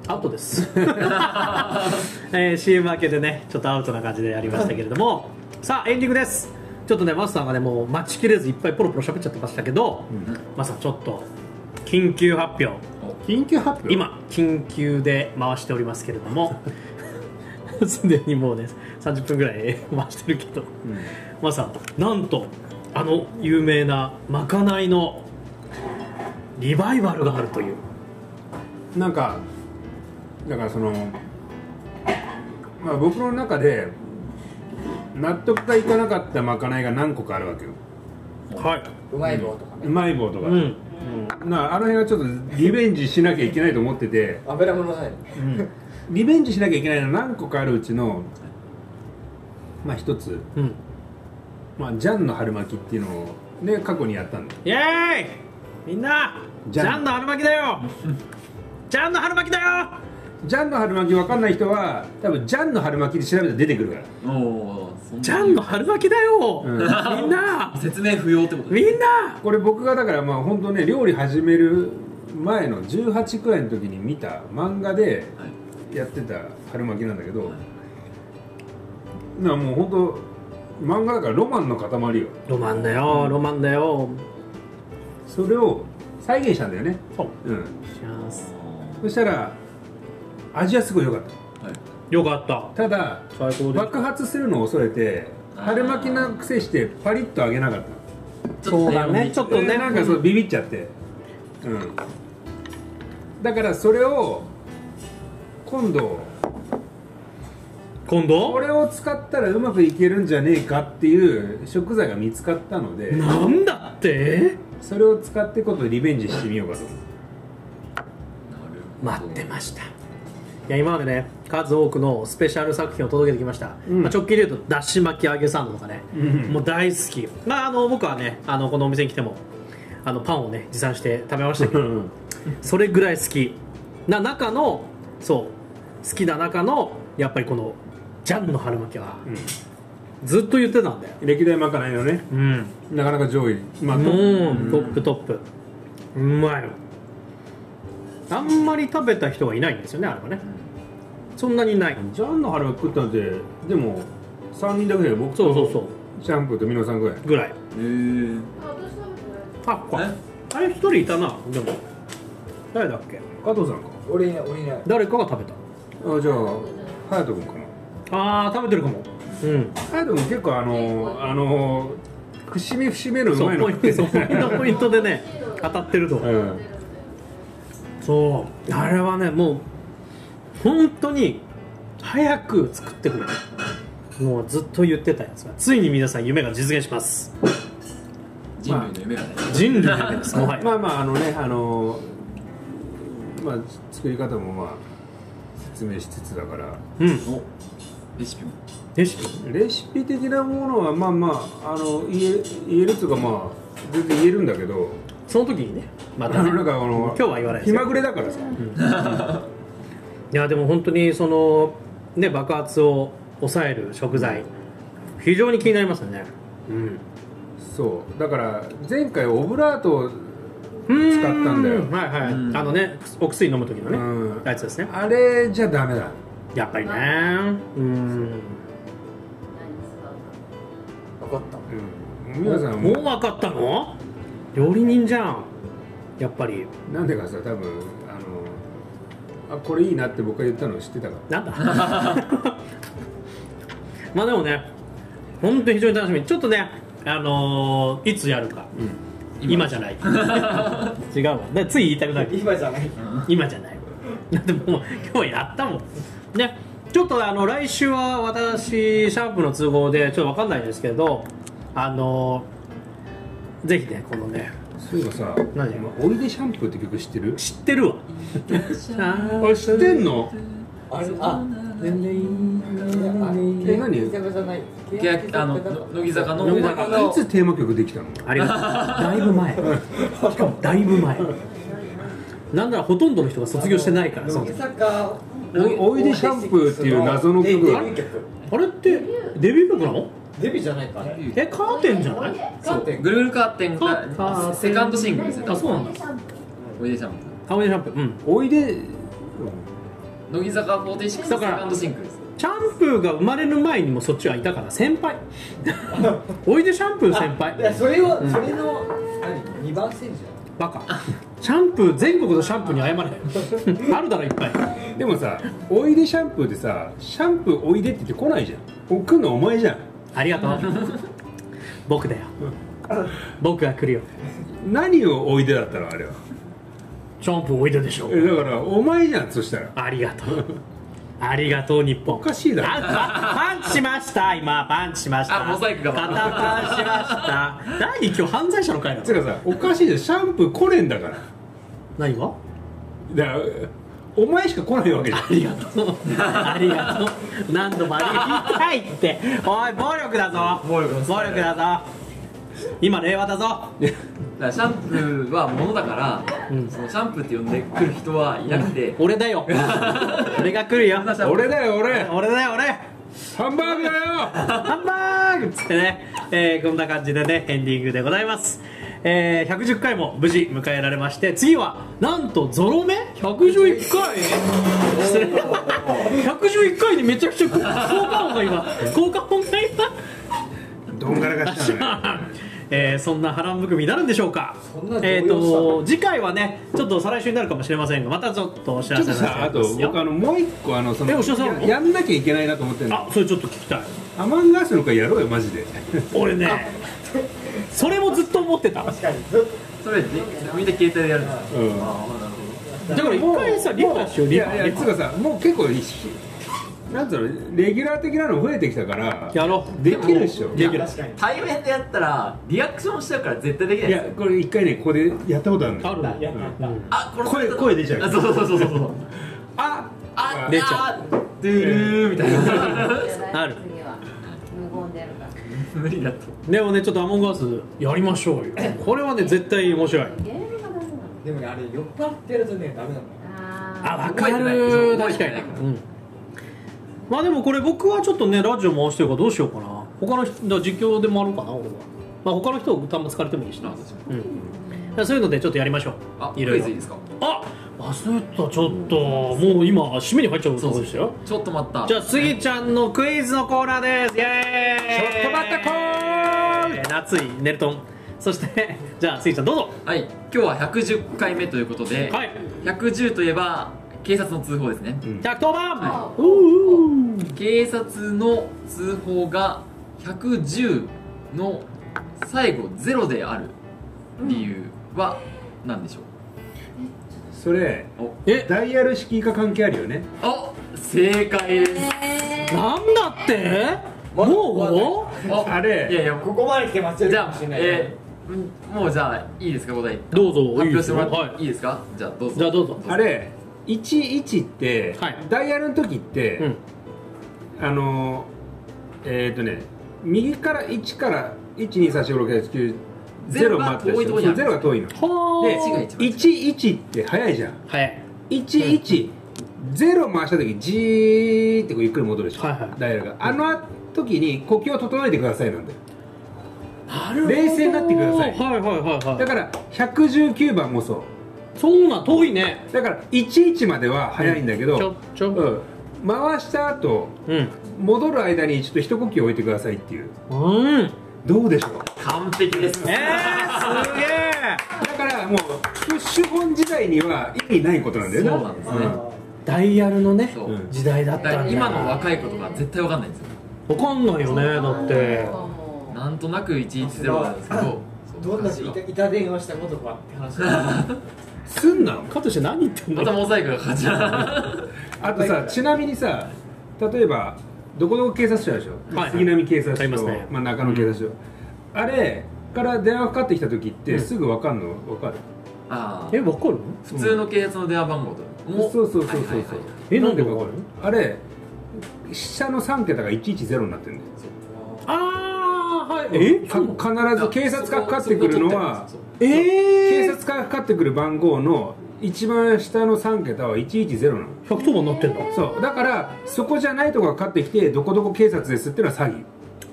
S1: アウトです *laughs* えー、CM 明けでねちょっとアウトな感じでやりましたけれどもさあエンディングですちょっとねマスさんがねもう待ちきれずいっぱいポロポロ喋っちゃってましたけど、マスさんちょっと緊急発表
S2: 緊急発表
S1: 今緊急で回しておりますけれど
S2: *laughs*
S1: もすでにもうね30分ぐらい *laughs* 回してるけど、まあさなんとあの有名なまかないのリバイバルがあるという
S2: なんかだからそのまあ僕の中で納得がいかなかったまかないが何個かあるわけよ
S1: はいう
S4: まい棒とかね、
S2: うまい棒とか、
S1: うん
S2: なあの辺はちょっとリベンジしなきゃいけないと思ってて
S4: 油ものないの
S2: リベンジしなきゃいけないのは何個かあるうちのまあ一つ、
S1: うん
S2: まあ、ジャンの春巻きっていうのをね過去にやったんだ
S1: イエーイみんなジ
S2: ジャン
S1: ャンの春巻きだ
S2: *laughs*
S1: よジャンの春巻きだよ
S2: ジャンの春巻き分かんない人は多分ジャンの春巻きで調べたら出てくるから
S3: おおそんなに
S1: ジャンの春巻きだよ、
S2: うん
S1: みんな
S3: 説明不要ってこと
S1: みんな
S2: これ僕がだからまあ本当ね料理始める前の18くらいの時に見た漫画でやってた春巻きなんだけど、なもう本当漫画だからロマンの塊よ
S1: ロマンだよロマンだよ
S2: それを再現したんだよね
S1: そう
S2: うん
S1: します
S2: そしたら味はすごい良かっ
S1: よかった
S2: たただ
S1: 最高です
S2: 爆発するのを恐れて
S3: あー
S2: 春巻きな癖してパリッと揚げなかった
S1: そうだねちょっと
S2: で
S1: ね
S2: なんかそうビビっちゃってうんだからそれを今度
S1: 今度
S2: これを使ったらうまくいけるんじゃねえかっていう食材が見つかったので
S1: なんだって
S2: それを使って今度リベンジしてみようかと
S1: 待ってましたいや今までね数多くのスペシャル作品を届けてきました、
S2: うん
S1: まあ、直近で言うとだし巻き揚げサンドとかね、
S2: ん
S1: もう大好きまああの僕はねあのこのお店に来てもあのパンをね持参して食べましたけど
S2: うん
S1: それぐらい好きな中のそう好きな中のやっぱりこのジャンの春巻きはずっと言ってたんだよ
S2: 歴代まかないのね
S1: うん
S2: なかなか上位まあ
S1: もう
S2: うん
S1: トップトップうまいあんまり食べた人がいないんですよねあれはねそんなにない
S2: ジャンの春巻き食ったんてでも3人だけで僕
S1: そうそう
S2: と
S1: そ
S2: シャンプーとミノさんぐらいう
S1: ぐらい
S3: えー、
S7: あ私食べて
S1: あ
S7: ない
S1: こ
S3: え
S1: あれ一人いたなでも誰だっけ
S2: 加藤さんか
S4: 俺いない俺いない
S1: 誰かが食べ
S2: あじゃあ隼人君かな
S1: たあー食べてるかもうん
S2: 隼人君結構あのあの節目節目のう
S1: そ
S2: ま
S1: う
S2: いの
S1: ポイント
S2: 食
S1: そう
S2: っ
S1: ポ
S2: て
S1: イ
S2: る
S1: ントポイントでね当たってると、
S2: *laughs* うん
S1: そうあれはねもう本当に早く作ってくれもうずっと言ってたやつがついに皆さん夢が実現します
S3: 人類の夢がね、
S1: 人類の夢ですもはや
S2: まあまああのねあのまあ作り方もまあ説明しつつだから
S1: うん
S3: おレシピも
S1: レシピ
S2: レシピ的なものはまあまああの言え言えるっていうかまあ全然言えるんだけど
S1: その時にねま
S2: あ
S1: た
S2: の
S1: ね
S2: なんかあの
S1: 今日は言わないです
S2: 気
S1: よ
S2: まぐれだからさ
S1: いやでも本当にそのね爆発を抑える食材非常に気になりますよねうん
S2: そうだから前回オブラートを使ったんだよ
S1: うはいはいあ
S3: うん
S1: のねお薬飲む時の
S2: う
S1: ね
S2: ん
S1: やつですね
S2: あれじゃダメだ
S1: やっぱりねうん
S7: 何使うか
S4: 分かった
S2: うん皆さん
S1: もう分
S2: も
S1: かったの料理人じゃんやっぱり
S2: なんでかさ多分あのあこれいいなって僕が言ったの知ってたから
S1: なんだ *laughs* まあでもね本当に非常に楽しみちょっとねあのーいつやるか、 *laughs* 今じゃない違うわだからつい言いたくなる
S4: 今じゃない
S1: 今じゃないだってもう今日やったもんねちょっとあの来週は私シャープの都合でちょっとわかんないですけどあのぜひねこのね
S2: そういえばさ
S1: 何
S2: 今おいでシャンプーって曲知ってる
S1: *laughs* 知ってるわ
S2: あれ知ってんの
S4: あれあ全然いい
S2: え何
S7: 欅坂じゃない
S3: 欅あのの乃木坂の
S1: 乃木坂
S2: あいつテーマ曲できたの
S1: ありがとう *laughs* だいぶ前しかもだいぶ前なんならほとんどの人が卒業してないからその
S4: 乃木坂
S2: おおいでシャンプーっていう謎の曲があ
S4: デ
S2: る
S4: ビュー曲
S1: あれってデビュー曲なの
S4: デビューじゃないかね
S1: えカーテンじゃない
S4: そう
S3: ぐるぐるカーテン
S1: カーテン
S3: がセカンドシングルですね
S1: あそうなんだ
S3: おいでシャンプ
S1: カウンシャンプーうん
S2: おいで
S3: ー乃木坂46のセカンドシングルです
S1: シャンプーが生まれる前にもそっちはいたから先 *laughs* 輩おいでシャンプー先
S4: いや
S1: 輩
S4: それをそれの何二番線じ
S1: バカシャンプー全国のシャンプーに謝れ *laughs* あるだろいっぱい
S2: でもさおいでシャンプーでさシャンプーおいでって言って来ないじゃん送るのお前じゃん
S1: ありが *laughs* とう僕だよ僕が来るよ
S2: 何をおいでだったのあれは
S1: シャンプーおいででしょ
S2: えだからお前じゃんそしたら
S1: ありがとうありがとう日本
S2: おかしいだろ
S1: あパンパンチしました今パンチしました
S3: あモザイクが
S1: 肩パンしました何今日犯罪者の会な
S2: つう
S1: の
S2: かさおかしいじゃんシャンプー来ねえんだから
S1: 何が
S2: だからお前しか来ないわけじゃん
S1: ありがとうありがとう何度もありがとう痛いっておい暴力だぞ暴力だぞ今令和だぞ
S3: だからシャンプーはものだから、
S1: うん
S3: そのシャンプーって呼んでくる人はいなくて、
S1: 俺だよ俺が来るよ
S3: シャンプー
S2: 俺だよ俺
S1: 俺だよ俺
S2: ハンバーグだよ
S1: ハンバーグっつってね、えーこんな感じでねエンディングでございます、えー110回も無事迎えられまして次はなんとゾロ目111回失礼111回にめちゃくちゃ効果音が今効果音が今
S2: どんがらがしちゃうね
S1: えーそんな波乱含みになるんでしょうか
S4: そんな動揺した
S1: えー、と次回はねちょっと再来週になるかもしれませんがまたちょっとお知ら
S2: ちょ
S1: せ
S2: っと
S1: させてい
S2: さあ
S1: ただき
S2: と
S1: ますよ
S2: 僕あのもう一個あのその
S1: えお知らせあるの
S2: ややんなきゃいけないなと思ってるの
S1: あそれちょっと聞きたい
S2: アマンガースの会やろうよマジで
S1: 俺ねそれもずっと思ってただか
S4: ゃん確かに
S3: それでみんな携帯でやるんですか
S2: うん
S1: ら一回さリハしよう
S2: い
S1: リハ
S2: やい
S1: リ
S2: やつ
S1: ハ
S2: うかさもう結構ひなんつうのレギュラー的なの増えてきたから
S1: やろう
S2: できるでしょ
S1: できる
S4: 確かに
S3: 対面でやったらリアクションしちゃうから絶対できない
S2: い
S3: です
S2: や
S3: よ
S2: これ一回ねここでやったことある
S1: あ
S2: の
S1: る
S2: よ
S1: んだ
S3: あこれ
S2: 声声出ちゃう
S3: あそうそうそうそうそう
S2: あ
S3: あ
S1: 出ちゃ
S3: うドゥルーみたいな
S1: ある
S7: 次は無言でやるから
S3: 無理だと
S1: でもねちょっとアモンガースやりましょうよこれはね絶対面白い
S7: ゲームがダメなの
S4: でもねあれ酔っ払ってやるとねダメなの
S1: あ
S7: あ
S1: わかる
S3: 覚え
S1: 確
S3: て
S1: か
S3: ない
S1: に、うん、まあでもこれ僕はちょっとねラジオ回してるからどうしようかな他の人だから実況で回ろうかな俺は、まあ、他の人を端末借りてもいいしな、うん、だからそういうのでちょっとやりましょう
S3: あ
S1: い
S3: ク
S1: ろい
S3: イ
S1: ろ
S3: ズいいですか
S1: あ忘れたちょっと、もう今締めに入っちゃうとこでしたよ
S3: ちょっと待った
S1: じゃあスギちゃんのクイズのコーナーですイエーイ
S2: ちょっと待ったコ
S1: ー夏井ネルトンそして *laughs* じゃあスギちゃんどうぞ
S3: はい今日は110回目ということで、
S1: はい
S3: 110といえば警察の通報ですね、
S1: 110番、
S3: は
S1: うー
S3: 警察の通報が110の最後ゼロである理由は何でしょ
S2: それ
S3: う、
S1: え
S2: ダイヤル式が関係あるよね
S3: おお正解です
S1: なんだっても
S3: お
S2: あれ
S3: いやいや
S4: ここまで来て間違え
S3: じ
S4: るか
S3: ゃ
S4: も
S3: あ
S4: しれないよ
S3: えーうんもうじゃあいいですか答え
S1: どうぞ
S3: 発表してもらっていい,、
S1: はい
S3: ですかじゃあどうぞ
S1: じゃあどうぞ
S2: あれ11って、
S1: はい
S2: ダイヤルの時って、
S1: う、うん、
S2: あのえっ、ー、とね右から1から123456789ゼロ待ってる
S3: ゼロが遠いとこにある
S2: ゼロが遠いので
S1: は
S3: 1が一番
S2: 11って早いじゃ
S1: ー
S2: ん
S1: 早い
S2: 11、ゼロ回した時じーってこうゆっくり戻るでしょ、
S1: はいはい
S2: ダイヤルがあの時に呼吸を整えてくださいなんだよ
S1: なるほど
S2: 冷静になってください
S1: はいはいはいはい
S2: だから119番もそ
S1: そうなん遠いね
S2: うだから11までは早いんだけど、
S1: ちょちょ
S2: うん回した後
S1: うん
S2: 戻る間にちょっと一呼吸置いてくださいっていう
S1: うん
S2: どうでしょう
S3: 完璧です
S1: えー、すげえ
S2: だからもうプッシュ本時代には意味ないことなんだよね
S3: そうなんですね
S1: ダイヤルのね
S3: そう、
S2: うん
S1: 時代だっ
S3: だ
S1: た
S3: か
S1: ん
S3: ら
S1: だ
S3: 今の若い子とか絶対わかんないんですよ
S1: わかんないよねだって
S3: なんとなく110なんですけど
S4: どんなに
S3: そう昔は
S4: 板板電話したことかって話
S2: すんなの
S1: カットして何言ってん
S3: また
S1: の
S3: モザイクがかかっちゃう
S2: あとさちなみにさ例えばどこどこ警察署あるでしょ、
S1: はい
S2: 杉並警察
S1: ありま
S2: 署
S1: すね
S2: まあ、中野警察署、あれから電話かかってきた時って、
S1: うん
S2: すぐ分かるの分かる
S3: あ
S1: え
S3: あ
S1: わかる
S3: 普通の警察の電話番号と
S2: そうそうそうそうそう、
S3: はいはいはいはい
S1: えなんで
S2: わ
S1: 分かる
S2: あれ下の3桁が110になってるんだよ
S1: ああはいえ
S2: か必ず警察がかかってくるのは
S3: そうそう
S1: え
S2: 警
S1: え
S2: 察がかかってくる番号の一番下の3桁は110なの
S1: 百110番なってんだ
S2: そうだからそこじゃないとこがかかってきてどこどこ警察ですっていうのは詐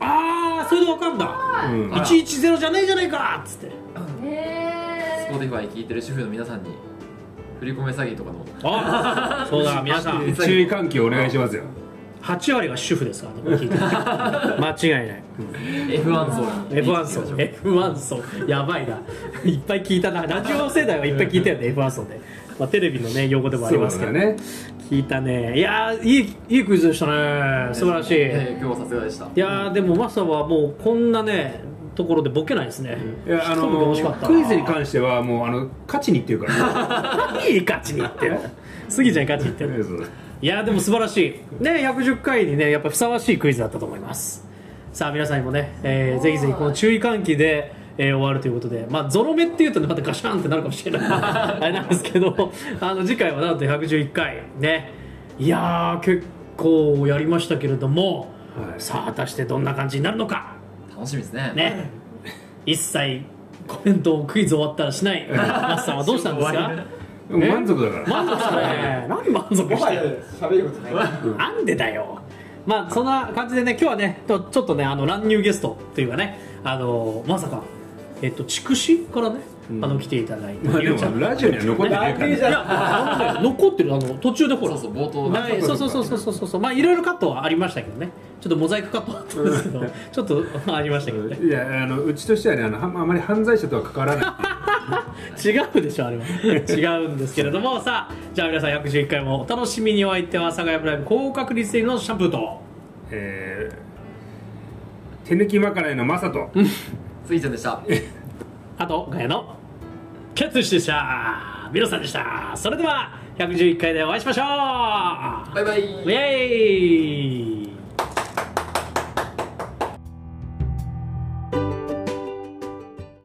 S1: ああそれで分かんだ
S2: 欺、うん、
S1: 110じゃねえじゃねえかっつって
S7: へー
S3: Spotify 聞いてる主婦の皆さんに振り込め詐欺とかの
S1: あそうだ皆さん
S2: 注意喚起をお願いしますよ
S1: 8割が主婦ですからねこれ *laughs* 聞いて間違いない
S3: F1 層に
S1: F1 層 F1 層やばいないっぱい聞いたなラジオ世代はいっぱい聞いたよね F1 層で、まあ、テレビのね用語でもありますけど
S2: そうだね
S1: 聞いたねいやーいいいいクイズでしたね素晴らしい、
S3: えー今日はさすがでした
S1: いやーでもマサはもうこんなねところでボケないですね、
S2: いやあ
S1: 一人で
S2: の
S1: 惜しかったな
S2: クイズに関してはもうあの勝ちにいってる
S1: *laughs*
S2: から
S1: いい勝ちにいってるスギちゃん勝ちにいってる
S2: ねそう
S1: いやーでも素晴らしいね110回にねやっぱふさわしいクイズだったと思いますさあ皆さんにもね、えーぜひぜひこの注意喚起で、えー終わるということでまあゾロ目っていうとねまたガシャンってなるかもし
S2: *laughs*
S1: れないあれなんですけどあの次回はなんと111回ねいやー結構やりましたけれども、
S2: はい
S1: さあ果たしてどんな感じになるのか
S3: 楽しみですね
S1: ね、一切コメントをクイズ終わったらしないマスさんはどうしたんですか
S2: もう満足だから
S1: 満足したね何満足
S4: も
S1: し
S4: は
S1: て
S4: や
S1: る
S4: 喋ることない
S1: なんでだよまあそんな感じでね今日はねとちょっとねあの乱入ゲストというかねあのまさかえっと筑紫からね、あの来ていただいて、
S2: まあで
S1: ゆうちゃん
S2: もラジオには残ってないからね
S1: いやあのね残ってるあの途中でほ
S3: そ
S1: ら
S3: うそう冒頭
S1: はい、そうそうそうそうそうそうそうまあいろいろカットはありましたけどねちょっとモザイクカットはあったんですけどちょっとまあありましたけどね
S2: いやあのうちとしてはねあのはあまり犯罪者とは関わらない
S1: 違うでしょあれ *laughs* は違うんですけれどもさあじゃあ皆さん約11回もお楽しみにお相手は阿佐ヶ谷プライム高確率性のシャンプーと
S2: えー手抜きまかないのマサト
S3: スギちゃんでした
S1: あとガヤのケツシでしたミロさんでしたそれでは111回でお会いしましょ
S3: バイバイ
S1: うイエーイ